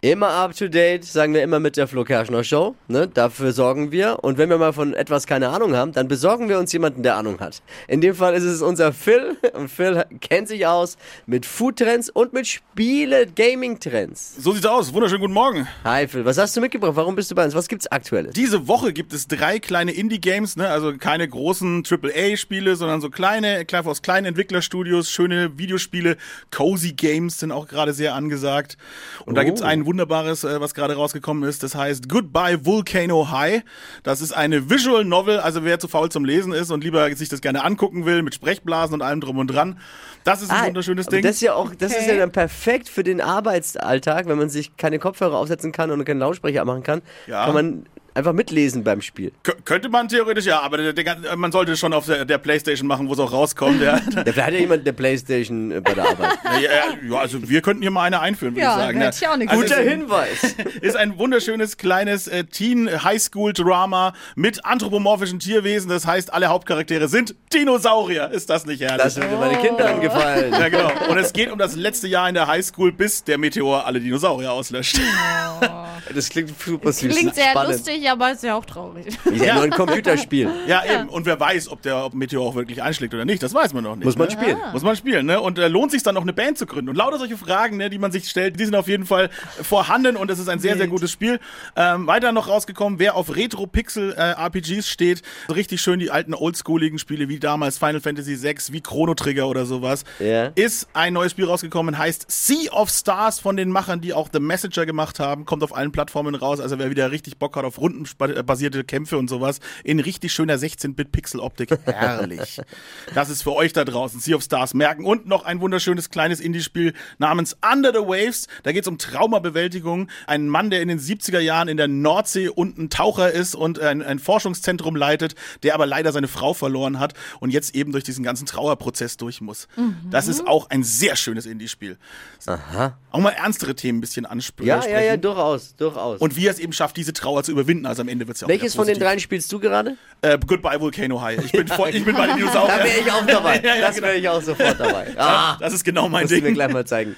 Immer up to date, sagen wir immer mit der Flo Kerschner Show. Ne? Dafür sorgen wir. Und wenn wir mal von etwas keine Ahnung haben, dann besorgen wir uns jemanden, der Ahnung hat. In dem Fall ist es unser Phil. Und Phil kennt sich aus mit Foodtrends und mit Spiele-Gaming-Trends. So sieht's aus. Wunderschönen guten Morgen. Hi Phil, was hast du mitgebracht? Warum bist du bei uns? Was gibt's Aktuelles? Diese Woche gibt es drei kleine Indie-Games, ne? also keine großen AAA-Spiele, sondern so kleine, klar aus kleinen Entwicklerstudios, schöne Videospiele. Cozy Games sind auch gerade sehr angesagt. Und da Oh. gibt's ein wunderbares, äh, was gerade rausgekommen ist. Das heißt Goodbye Volcano High. Das ist eine Visual Novel, also wer zu faul zum Lesen ist und lieber sich das gerne angucken will, mit Sprechblasen und allem drum und dran. Das ist ein wunderschönes Ah, aber Ding. Das ist ja auch, das ist ja Okay. dann perfekt für den Arbeitsalltag, wenn man sich keine Kopfhörer aufsetzen kann und keinen Lautsprecher machen kann, Ja. kann man einfach mitlesen beim Spiel. Kö- könnte man theoretisch, ja, aber der, der, gan- man sollte schon auf der, der Playstation machen, wo es auch rauskommt. Ja. Da hat ja jemand eine Playstation äh, bei der Arbeit. ja, ja, also wir könnten hier mal eine einführen, würde Ja, ich sagen. wär ne? ich ja auch nicht also gegen. Guter es Hinweis. ist ein wunderschönes kleines äh, Teen-Highschool-Drama mit anthropomorphischen Tierwesen. Das heißt, alle Hauptcharaktere sind Dinosaurier. Ist das nicht herrlich? Das würde meinen Kindern gefallen. Ja, genau. Und es geht um das letzte Jahr in der Highschool, bis der Meteor alle Dinosaurier auslöscht. Das klingt super süß. ne? Klingt sehr Spannend. lustig, aber ist ja auch traurig. Ist ja, Ja. nur ein Computerspiel. Ja, eben. Und wer weiß, ob der ob Meteor auch wirklich einschlägt oder nicht. Das weiß man noch nicht. Muss man ne? spielen. Muss man spielen, ne? Und äh, lohnt sich dann noch eine Band zu gründen. Und lauter solche Fragen, ne, die man sich stellt, die sind auf jeden Fall vorhanden und es ist ein sehr, sehr gutes Spiel. Ähm, weiter noch rausgekommen, wer auf äh, Retro-Pixel-RPGs steht, so richtig schön die alten oldschooligen Spiele wie damals Final Fantasy VI, wie Chrono Trigger oder sowas. Ja. Ist ein neues Spiel rausgekommen, heißt Sea of Stars von den Machern, die auch The Messenger gemacht haben. Kommt auf allen Plattformen raus. Also wer wieder richtig Bock hat auf rundenbasierte Kämpfe und sowas, in richtig schöner 16-Bit-Pixel-Optik. Herrlich. Das ist für euch da draußen. Sea of Stars merken. Und noch ein wunderschönes kleines Indie-Spiel namens Under the Waves. Da geht es um Traumabewältigung. Ein Mann, der in den 70er Jahren in der Nordsee unten Taucher ist und äh, ein, ein Forschungszentrum leitet, der aber leider seine Frau verloren hat und jetzt eben durch diesen ganzen Trauerprozess durch muss. Das ist auch ein sehr schönes Indie-Spiel. Aha. Auch mal ernstere Themen ein bisschen ansprechen. Ja, ja, ja, durchaus, durchaus. und wie er es eben schafft, diese Trauer zu überwinden. Also am Ende wird es ja auch welches wieder von den positiv. dreien spielst du gerade? Äh, Goodbye Volcano High. Ich bin, voll, ich bin bei den Da Dinosauriern. wäre ich auch dabei. Ja, genau. ja, Das wäre ich auch sofort dabei. Ah, Das ist genau mein musst du Ding. mir gleich mal zeigen.